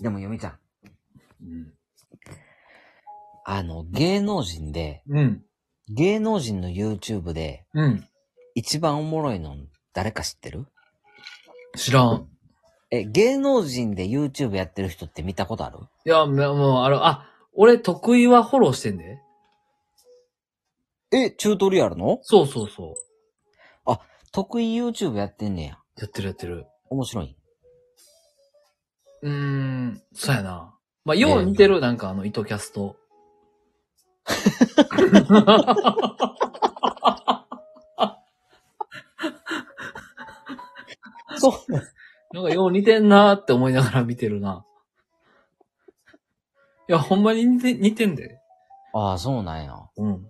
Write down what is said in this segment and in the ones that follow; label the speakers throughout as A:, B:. A: でも、ゆみちゃん、
B: うん。
A: あの、芸能人で、
B: うん。
A: 芸能人の YouTube で、
B: うん。
A: 一番おもろいの、誰か知ってる
B: 知らん。
A: え、芸能人で YouTube やってる人って見たことある
B: いや、めもう、あの、あ、俺、得意はフォローしてんで。
A: え、チュートリアルの
B: そうそうそ
A: 得意 YouTube やってんねや。
B: う。やってるやってる。
A: 面白い。
B: うーん、そうやな。まあ、よう似てる、なんかあの、糸キャスト。
A: そう。
B: なんかよう似てんなーって思いながら見てるな。いや、ほんまに似て、似てんで。
A: ああ、そうなんや。
B: うん。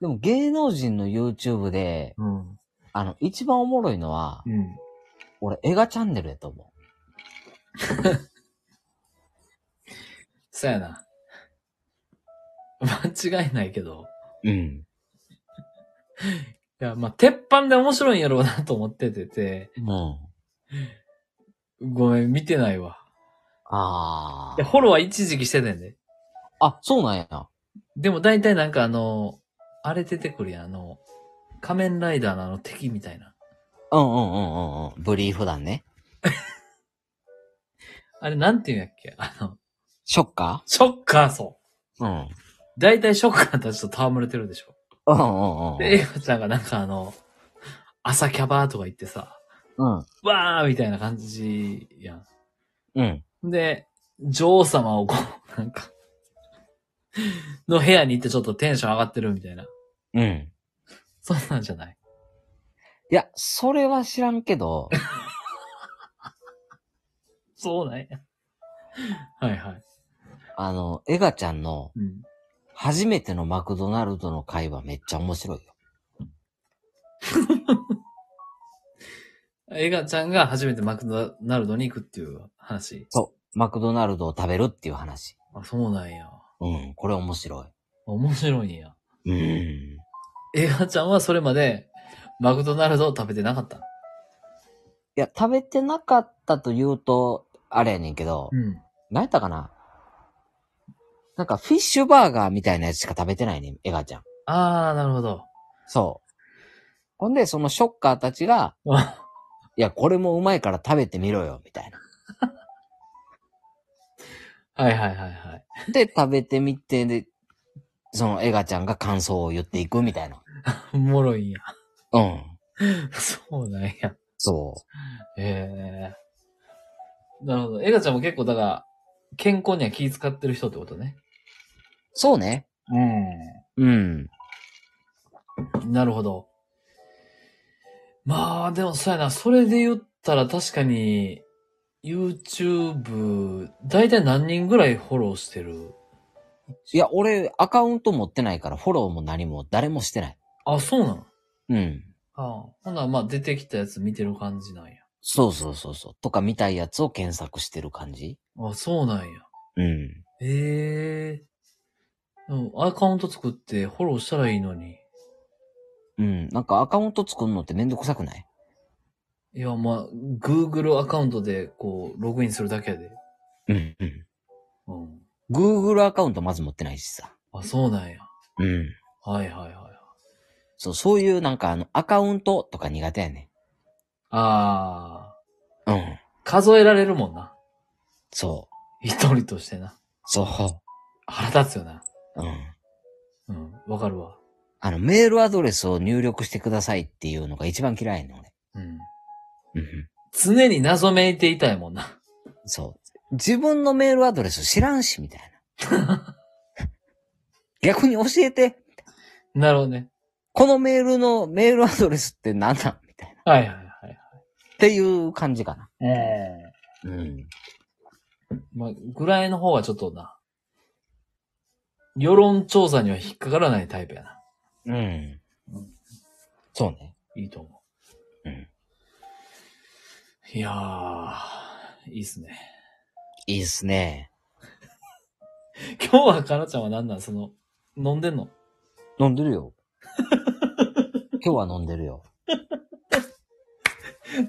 A: でも芸能人の YouTube で、
B: うん。
A: あの、一番おもろいのは
B: う、ん。
A: 俺、映画チャンネルやと思う。
B: そうやな。 間違いないけど。
A: うん。
B: いや、まあ、鉄板で面白いんやろうなと思っててて、
A: うん。
B: ごめん、見てないわ。
A: あ
B: いや、
A: あ。
B: フォローは一時期しててんで。
A: あ、そうなんや。
B: でも大体なんかあの、あれ出てくるやん、あの、仮面ライダーのあの敵みたいな。
A: うんうんうんうんうん。ブリーフだね。
B: あれなんて言うんやっけあの、
A: ショッカ
B: ショッカーそう。
A: ーうん。
B: 大体ショッカーたちと戯れてるでしょ。
A: うんうんうん
B: で、エガちゃんがなんかあの、朝キャバーとか行ってさ、
A: うん。うん。
B: わーみたいな感じやん。
A: うん。
B: で、女王様をこう、 なんか、の部屋に行ってちょっとテンション上がってるみたいな。
A: うん。
B: そんなんじゃない。
A: いや、それは知らんけど、
B: そうなんや。はいはい。
A: あの、エガちゃんの
B: うん。
A: 初めてのマクドナルドの会話めっちゃ面白いよ。
B: エガちゃんが初めてマクドナルドに行くっていう話。
A: そう。マクドナルドを食べるっていう話。
B: あ、そうなんや。
A: うん。これ面白
B: 面白いんや。
A: い。うん。
B: エガちゃんはそれまでマクドナルドを食べてなかった。
A: いや、食べてなかったと言うと、あれやねんけど、
B: ん。
A: 何やったかななんかフィッシュバーガーみたいなやつしか食べてないねん、エガちゃん。
B: あー、なるほど。
A: そう。ほんで、そのショッカーたちが、いや、これもうまいから食べてみろよ、みたいな。
B: はいはいはいはい。
A: で、食べてみて、で、そのエガちゃんが感想を言っていくみたいな。
B: おもろいんや。
A: うん。
B: そうなんや。
A: そ
B: ええなるほど。エガちゃんも結構だから、健康には気使ってる人ってことね。
A: う。そうね。
B: う
A: うん。
B: ん。なるほど。まあ、でもそうやな。それで言ったら確かに、YouTube、だいたい何人ぐらいフォローしてる
A: いや、俺、アカウント持ってないから、フォローも何も、誰もしてない。
B: あ、そうなの
A: うん。
B: ああ。ほんならまあ出てきたやつ見てる感じなんや。
A: そうそうそうそう。とか見たいやつを検索してる感じ
B: あ、そうなんや。
A: うん。
B: ええでもアカウント作ってフォローしたらいいのに。
A: うん。なんかアカウント作るのってめんどくさくない
B: いや、まあ、Google アカウントで、こう、ログインするだけやで。
A: うん。うん。
B: うん。
A: Google アカウントまず持ってないしさ。
B: あ、そうなんや。
A: うん。
B: はいはいはい。
A: そう、そういうなんかあの、アカウントとか苦手やね。
B: あ
A: うん。
B: ー、数えられるもんな。
A: そう。
B: 一人としてな。
A: そ
B: 腹立つよな。
A: う。うん。
B: うん、わかるわ。
A: あの、メールアドレスを入力してくださいっていうのが一番嫌いの、俺。
B: うん。
A: うん。
B: 常に謎めいていたいもんな。
A: そう。自分のメールアドレス知らんし、みたい な。逆に教えて、
B: なるほどね。
A: このメールのメールアドレスって何なんみたいな。
B: はいはいはい。
A: っていう感じかな。
B: え
A: う
B: え
A: ん。
B: まあ、ぐらいの方がちょっとな。世論調査には引っかからないタイプやな。
A: うん。そうね。
B: いいと思う。
A: うん。
B: いやー、いいっすね。
A: いいっすね。
B: 今日はかなちゃんは何なんその、飲んでんの
A: 飲んでる よ。今日は飲んでるよ。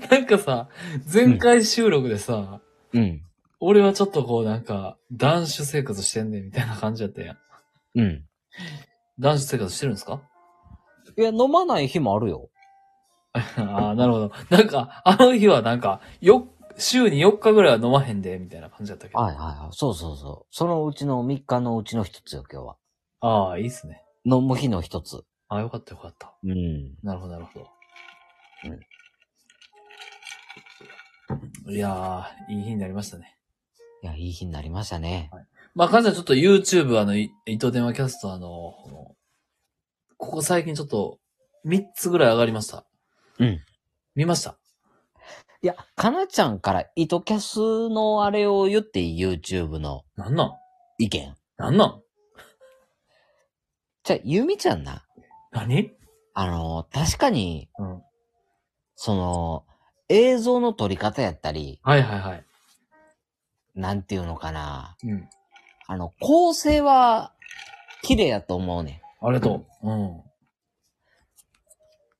B: なんかさ、前回収録でさ、
A: うん。
B: 俺はちょっとこうなんか、男子生活してんねんみたいな感じやったやん。
A: うん。
B: 男子生活してるんですか
A: いや、飲まない日もあるよ。
B: ああ、なるほど。なんか、あの日はなんか、よ、週に4日ぐらいは飲まへんで、みたいな感じだったけど。
A: はいはいはい。そうそうそう。そのうちの3日のうちの一つよ、今日は。
B: ああ、いいっすね。
A: 飲む日の一つ。
B: ああ、よかったよかった。
A: うん。
B: なるほど、なるほど。うん。いやー、いい日になりましたね。
A: いや、いい日になりましたね。
B: まあ、かんちょっと YouTube、あの、い糸電話キャスト、あの、このここ最近ちょっと、3つぐらい上がりました。
A: うん。
B: 見ました。
A: いや、かなちゃんから糸キャスのあれを言っていい YouTube の
B: なんなん
A: 意見。
B: なんなん
A: じゃあ、ゆみちゃんな。
B: 何
A: あの、確かに、
B: うん。
A: その、映像の撮り方やったり、
B: はいはいはい。
A: なんていうのかな。
B: うん。
A: あの、構成は、綺麗やと思うねん。
B: ありがとう。うん。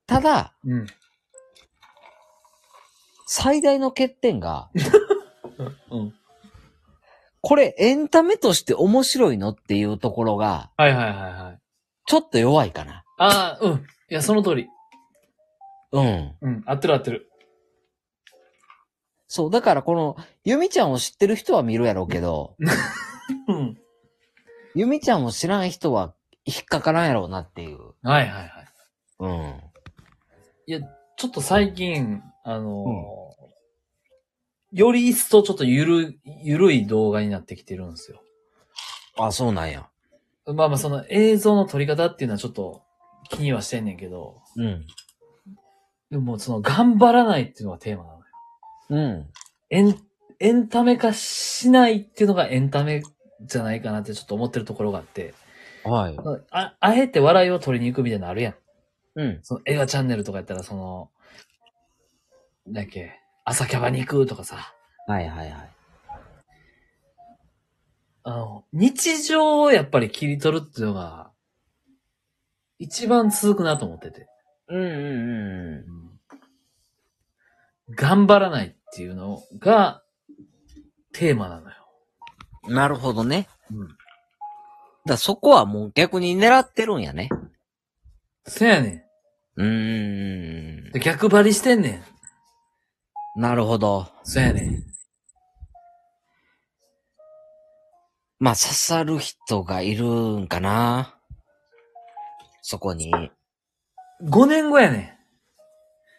A: ただ、
B: うん。
A: 最大の欠点 が、
B: うん。
A: これエンタメとして面白いのっていうところが、
B: はいはいはいはい。
A: ちょっと弱いかな。
B: ああ、うん。いや、その通り。
A: うん。
B: うん。合ってる合ってる。
A: そう、だからこの、ゆみちゃんを知ってる人は見るやろうけど、
B: うん。
A: ゆみちゃんを知らない人は引っかからんやろうなっていう。
B: はいはいはい。
A: うん。
B: ちょっと最近、あのーより一層ちょっとゆる、ゆるい動画になってきてるんですよ。
A: あ、そうなんや。
B: まあまあその映像の撮り方っていうのはちょっと気にはしてんねんけど、
A: うん。
B: でもその頑張らないっていうのがテーマなのよ。
A: うん。
B: エン、エンタメ化しないっていうのがエンタメじゃないかなってちょっと思ってるところがあって、
A: はい。
B: あ、あえて笑いを取りに行くみたいなのあるやん。
A: うん。
B: その映画チャンネルとかやったらその、なんだっけ、朝キャバに行くとかさ。
A: はいはいはい。
B: あの、日常をやっぱり切り取るっていうのが、一番続くなと思ってて。
A: うんうんう
B: 頑張らないっていうのが、テーマなのよ。
A: ん。なるほどね。
B: うん。
A: だそこはもう逆に狙ってるんやね。
B: そやね
A: うーん
B: ん。で。逆張りしてんねん。
A: なるほど。
B: そやねん。
A: まあ、刺さる人がいるんかな。そこに。
B: 5年後やね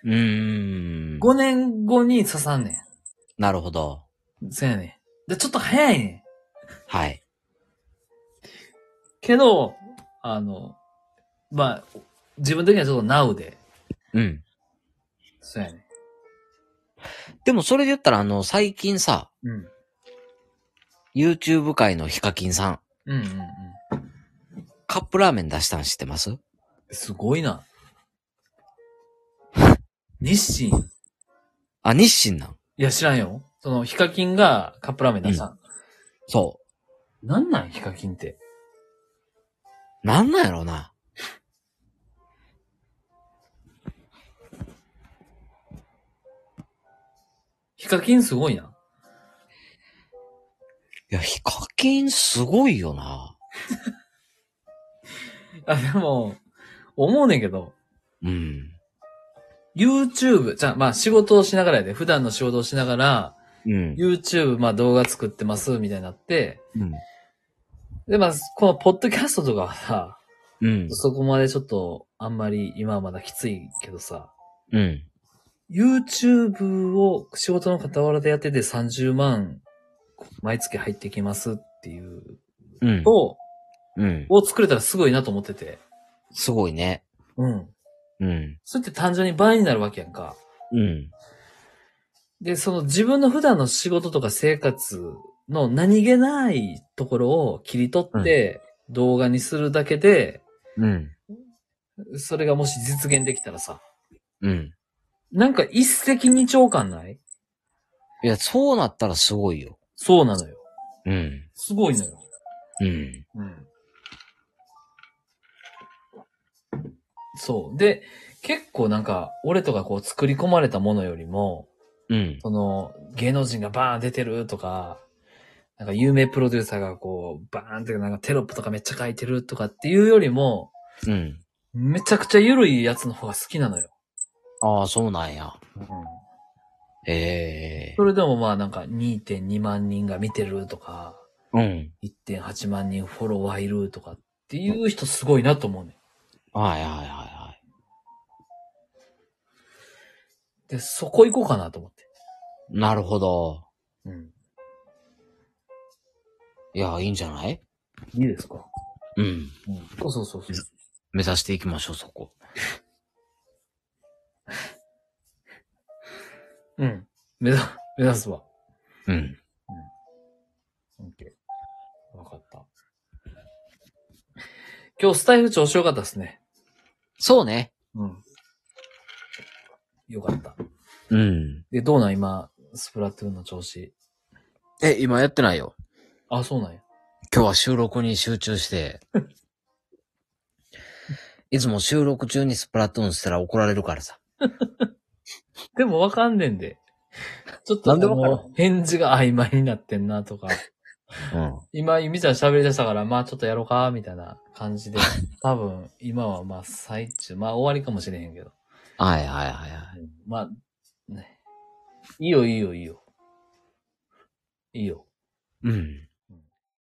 A: うーん
B: ん。。5年後に刺さんね
A: なるほど。
B: ん。そやねん。で、ちょっと早いねん。
A: はい。
B: けど、あの、まあ、自分的にはちょっと Now で。
A: うん。
B: そやねん。
A: でもそれで言ったら、あの、最近さ、
B: うん。
A: YouTube 界のヒカキンさん、
B: うんうんうん。
A: カップラーメン出したん知ってます
B: すごいな。日清
A: あ、日清なん。
B: いや、知らんよ。その、ヒカキンがカップラーメン出した。
A: そ
B: なんなんヒカキンって。
A: う。なんなんやろな。
B: ヒカキンすごいな。
A: いや、ヒカキンすごいよな。
B: あ、でも、思うねんけど、
A: うん。
B: YouTube、じゃあ、まあ仕事をしながらやで、普段の仕事をしながら、
A: うん。
B: YouTube、まあ動画作ってます、みたいになって、
A: うん。
B: で、まあ、このポッドキャストとかはさ、
A: うん。
B: そこまでちょっと、あんまり今はまだきついけどさ、
A: うん。
B: YouTube を仕事の傍らでやってて30万毎月入ってきますっていう
A: うん。
B: と、
A: うん。
B: を作れたらすごいなと思ってて。
A: すごいね。
B: うん。
A: うん。
B: それって単純に倍になるわけやんか。
A: うん。
B: で、その自分の普段の仕事とか生活の何気ないところを切り取って動画にするだけで、
A: うん。
B: それがもし実現できたらさ、
A: うん。
B: なんか一石二鳥感ない
A: いや、そうなったらすごいよ。
B: そうなのよ。
A: うん。
B: すごいのよ。
A: うん。
B: うんそう。で、結構なんか、俺とかこう作り込まれたものよりも、
A: うん。
B: その、芸能人がバーン出てるとか、なんか有名プロデューサーがこう、バーンってなんかテロップとかめっちゃ書いてるとかっていうよりも、
A: うん。
B: めちゃくちゃ緩いやつの方が好きなのよ。
A: ああ、そうなんや。
B: うん、
A: ええ
B: それでもまあなんか2.2万人が見てるとか、
A: うん。
B: 1.8万人フォロワーいるとかっていう人すごいなと思うね。
A: はいはいはいはい。
B: で、そこ行こうかなと思って。
A: なるほど。
B: うん。
A: いや、いいんじゃない
B: いいですか
A: うん。
B: うん。そうそうそうそう。
A: 目指していきましょう、そこ。
B: うん。目指、目指すわ。
A: うん。
B: オッケー。わかった。今日スタイフ調子良かったですね。
A: そうね。
B: うん。よかった。
A: うん。
B: で、どうなん今、スプラトゥーンの調子。
A: え、今やってないよ。
B: あ、そうなんや。
A: 今日は収録に集中 して。いつも収録中にスプラトゥーンしたら怒られるからさ。
B: でもわかんねんで。ちょっと
A: なんでわからん
B: あの返事が曖昧になってんなとか。
A: うん。
B: 今、ゆみちゃん喋り出したから、まあちょっとやろうか、みたいな感 じで。多分、今はまあ最中、まあ終わりかもしれへんけど。
A: はいはいはいは
B: うんまあ、ね。いいよ、いいよ、いいよ。いいよ。
A: い。うん。